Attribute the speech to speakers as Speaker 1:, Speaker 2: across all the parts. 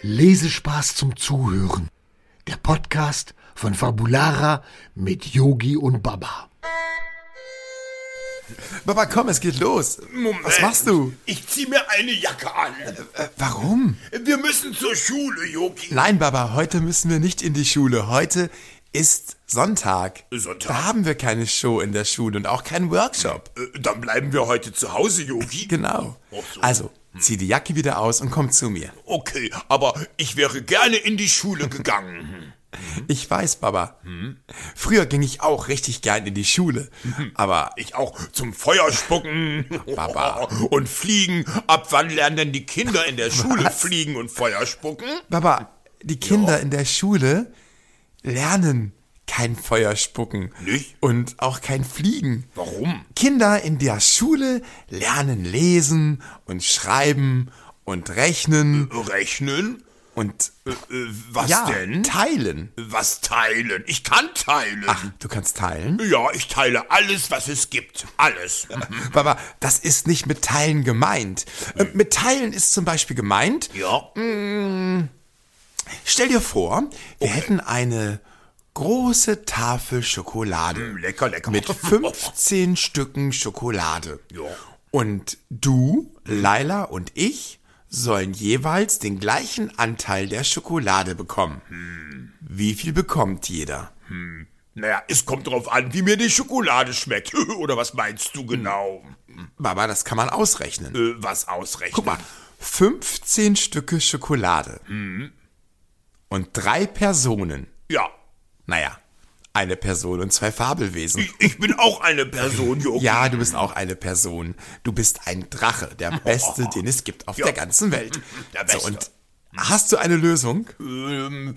Speaker 1: Lesespaß zum Zuhören. Der Podcast von Fabulara mit Yogi und Baba.
Speaker 2: Baba, komm, es geht los. Was machst du?
Speaker 3: Ich zieh mir eine Jacke an.
Speaker 2: Äh, warum?
Speaker 3: Wir müssen zur Schule, Yogi.
Speaker 2: Nein, Baba, heute müssen wir nicht in die Schule. Heute ist Sonntag.
Speaker 3: Sonntag?
Speaker 2: Da haben wir keine Show in der Schule und auch keinen Workshop.
Speaker 3: Äh, Dann bleiben wir heute zu Hause, Yogi.
Speaker 2: Genau.
Speaker 3: so. Hm.
Speaker 2: Also, zieh die Jacke wieder aus und komm zu mir.
Speaker 3: Okay, aber ich wäre gerne in die Schule gegangen. Hm?
Speaker 2: Ich weiß, Baba. Früher ging ich auch richtig gern in die Schule.
Speaker 3: Hm.
Speaker 2: Aber
Speaker 3: Ich auch zum Feuer spucken
Speaker 2: Baba.
Speaker 3: und fliegen. Ab wann lernen denn die Kinder in der Schule fliegen und Feuer spucken?
Speaker 2: Baba, die Kinder in der Schule lernen kein Feuer spucken.
Speaker 3: Nicht?
Speaker 2: Und auch kein Fliegen.
Speaker 3: Warum?
Speaker 2: Kinder in der Schule lernen lesen und schreiben und rechnen
Speaker 3: Rechnen?
Speaker 2: und
Speaker 3: Äh, äh, Was
Speaker 2: ja,
Speaker 3: denn?
Speaker 2: teilen.
Speaker 3: Was teilen? Ich kann teilen.
Speaker 2: Ach, du kannst teilen?
Speaker 3: Ja, ich teile alles, was es gibt. Alles.
Speaker 2: Baba, das ist nicht mit Teilen gemeint. Äh, Mit Teilen ist zum Beispiel gemeint,
Speaker 3: Ja.
Speaker 2: stell dir vor, wir hätten eine große Tafel Schokolade.
Speaker 3: Mm, lecker, lecker.
Speaker 2: Mit 15 Stücken Schokolade.
Speaker 3: Ja.
Speaker 2: Und du, Laila und ich sollen jeweils den gleichen Anteil der Schokolade bekommen.
Speaker 3: Mm.
Speaker 2: Wie viel bekommt jeder?
Speaker 3: Naja, es kommt drauf an, wie mir die Schokolade schmeckt. Oder was meinst du genau?
Speaker 2: Baba, das kann man ausrechnen.
Speaker 3: Äh, was ausrechnen?
Speaker 2: Guck mal, 15 Stücke Schokolade.
Speaker 3: Mm.
Speaker 2: Und drei Personen.
Speaker 3: Ja.
Speaker 2: Naja, eine Person und zwei Fabelwesen.
Speaker 3: Ich, ich bin auch eine Person, Jogi.
Speaker 2: Ja, du bist auch eine Person. Du bist ein Drache, der beste, den es gibt auf
Speaker 3: Ja.
Speaker 2: der ganzen Welt.
Speaker 3: Der
Speaker 2: So,
Speaker 3: Beste.
Speaker 2: und hast du eine Lösung?
Speaker 3: Ähm,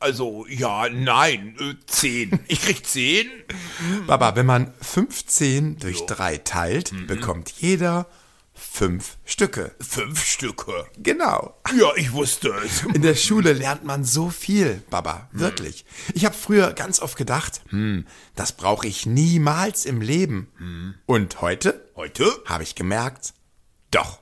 Speaker 3: also, ja, nein. Äh, zehn. Ich krieg zehn? Mhm.
Speaker 2: Baba, wenn man 15 durch 3 teilt, bekommt jeder 5 Stücke.
Speaker 3: Fünf Stücke.
Speaker 2: Genau.
Speaker 3: Ja, ich wusste es.
Speaker 2: In der Schule lernt man so viel, Baba,
Speaker 3: Mhm.
Speaker 2: wirklich. Ich habe früher ganz oft gedacht, hm, das brauche ich niemals im Leben.
Speaker 3: Mhm.
Speaker 2: Und heute
Speaker 3: Heute?
Speaker 2: habe ich gemerkt, doch.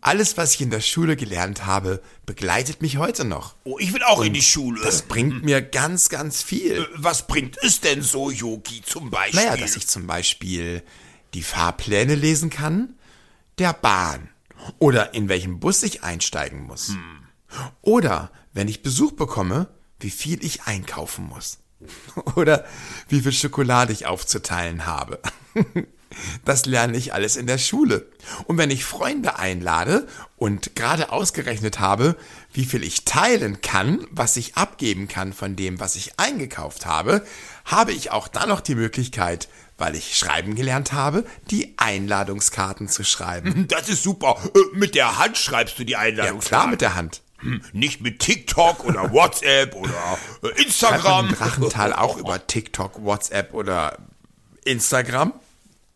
Speaker 2: Alles, was ich in der Schule gelernt habe, begleitet mich heute noch.
Speaker 3: Oh, ich will auch in die Schule.
Speaker 2: Das bringt mir ganz, ganz viel.
Speaker 3: Äh, was bringt es denn so, Yogi, zum Beispiel?
Speaker 2: Naja, dass ich zum Beispiel die Fahrpläne lesen kann, der Bahn oder in welchem Bus ich einsteigen muss. Oder wenn ich Besuch bekomme, wie viel ich einkaufen muss. Oder wie viel Schokolade ich aufzuteilen habe. Das lerne ich alles in der Schule. Und wenn ich Freunde einlade und gerade ausgerechnet habe, wie viel ich teilen kann, was ich abgeben kann von dem, was ich eingekauft habe, habe ich auch da noch die Möglichkeit, weil ich schreiben gelernt habe, die Einladungskarten zu schreiben.
Speaker 3: Das ist super. Äh, mit der Hand schreibst du die
Speaker 2: Ja,
Speaker 3: Einladung.
Speaker 2: klar mit der Hand.
Speaker 3: Hm, Nicht mit TikTok oder WhatsApp oder äh,
Speaker 2: Schreibt man
Speaker 3: Instagram.
Speaker 2: den Drachental auch über TikTok, WhatsApp oder Instagram?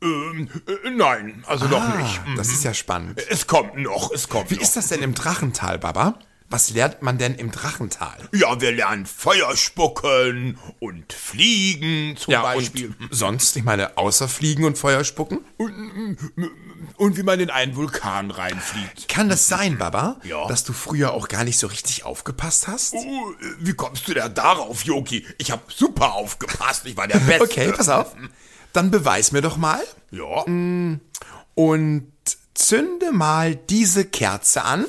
Speaker 3: Ähm, äh, nein, also noch nicht.
Speaker 2: Ah, das ist ja spannend.
Speaker 3: Es kommt noch, es kommt
Speaker 2: Wie
Speaker 3: noch.
Speaker 2: ist das denn im Drachental, Baba? Was lernt man denn im Drachental?
Speaker 3: ja, wir lernen Feuer spucken und fliegen zum Beispiel.
Speaker 2: und sonst, ich meine, außer Fliegen und Feuer spucken?
Speaker 3: Und, äh, und wie man in einen Vulkan reinfliegt.
Speaker 2: Kann das sein, Baba,
Speaker 3: Ja.
Speaker 2: dass du früher auch gar nicht so richtig aufgepasst hast?
Speaker 3: Uh, wie kommst du da darauf, Yogi? Ich habe super aufgepasst, ich war der Beste.
Speaker 2: Okay, pass auf. Dann beweis mir doch mal
Speaker 3: Ja,
Speaker 2: und zünde mal diese Kerze an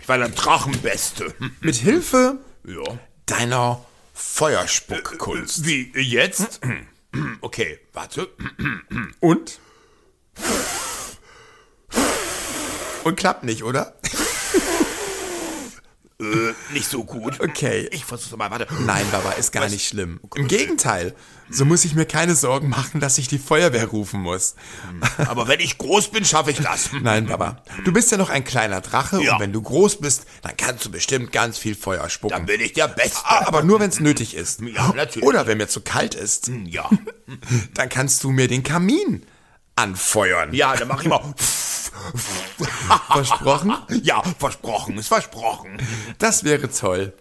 Speaker 3: ich war der Drachenbeste.
Speaker 2: mit Hilfe
Speaker 3: Ja.
Speaker 2: deiner Feuerspuckkunst.
Speaker 3: Wie, äh, jetzt? Okay, warte.
Speaker 2: Und? Und klappt nicht, oder?
Speaker 3: Äh, nicht so gut.
Speaker 2: Okay.
Speaker 3: Ich versuch's mal, warte.
Speaker 2: Nein, Baba, ist gar nicht schlimm.
Speaker 3: Oh
Speaker 2: Im Gegenteil, so muss ich mir keine Sorgen machen, dass ich die Feuerwehr rufen muss.
Speaker 3: Aber wenn ich groß bin, schaffe ich das.
Speaker 2: Nein, Baba, du bist ja noch ein kleiner Drache
Speaker 3: Ja.
Speaker 2: und wenn du groß bist, dann kannst du bestimmt ganz viel Feuer
Speaker 3: Dann
Speaker 2: spucken.
Speaker 3: bin ich der Beste.
Speaker 2: Ah, Aber nur, wenn es nötig ist.
Speaker 3: Ja, natürlich. Hm.
Speaker 2: Oder wenn mir zu kalt ist,
Speaker 3: Ja.
Speaker 2: dann kannst du mir den Kamin anfeuern.
Speaker 3: Ja, dann mach ich mal.
Speaker 2: Versprochen?
Speaker 3: Ja, versprochen, ist versprochen.
Speaker 2: Das wäre toll.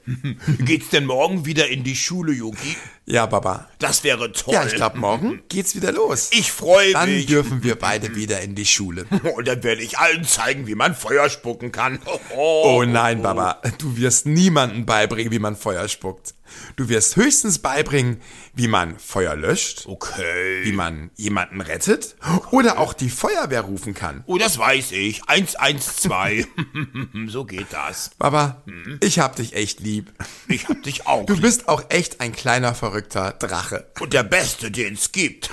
Speaker 3: Geht's denn morgen wieder in die Schule, Yogi?
Speaker 2: Ja, Baba.
Speaker 3: Das wäre toll.
Speaker 2: Ja, ich glaube, morgen geht's wieder los.
Speaker 3: Ich freue
Speaker 2: Dann
Speaker 3: mich.
Speaker 2: dürfen wir beide wieder in die Schule.
Speaker 3: Und dann werde ich allen zeigen, wie man Feuer spucken kann. Oh,
Speaker 2: Oh nein, Baba, du wirst niemandem beibringen, wie man Feuer spuckt. Du wirst höchstens beibringen, wie man Feuer löscht,
Speaker 3: Okay.
Speaker 2: wie man jemanden rettet oder auch die Feuerwehr rufen kann.
Speaker 3: Oh, das weiß ich. 112. so geht das.
Speaker 2: Baba,
Speaker 3: Mhm.
Speaker 2: ich hab dich echt lieb.
Speaker 3: Ich hab dich auch.
Speaker 2: Du bist auch echt ein kleiner verrückter Drache.
Speaker 3: Und der Beste, den es gibt.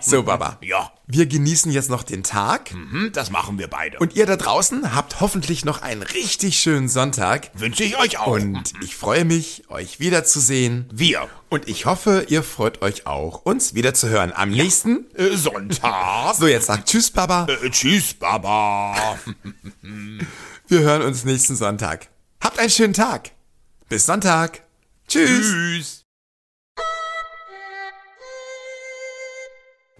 Speaker 2: So, Baba.
Speaker 3: Mhm. Ja.
Speaker 2: Wir genießen jetzt noch den Tag.
Speaker 3: Mhm, Das machen wir beide.
Speaker 2: Und ihr da draußen habt hoffentlich noch einen richtig schönen Sonntag.
Speaker 3: wünsche ich euch auch.
Speaker 2: Und ich freue mich, euch wiederzusehen.
Speaker 3: wir.
Speaker 2: Und ich hoffe, ihr freut euch auch, uns wieder zu hören am nächsten.
Speaker 3: Äh, Sonntag.
Speaker 2: So, jetzt sagt Tschüss, Baba.
Speaker 3: Äh, tschüss, Baba.
Speaker 2: Wir hören uns nächsten Sonntag. Habt einen schönen Tag. Bis Sonntag. Tschüss.
Speaker 3: tschüss.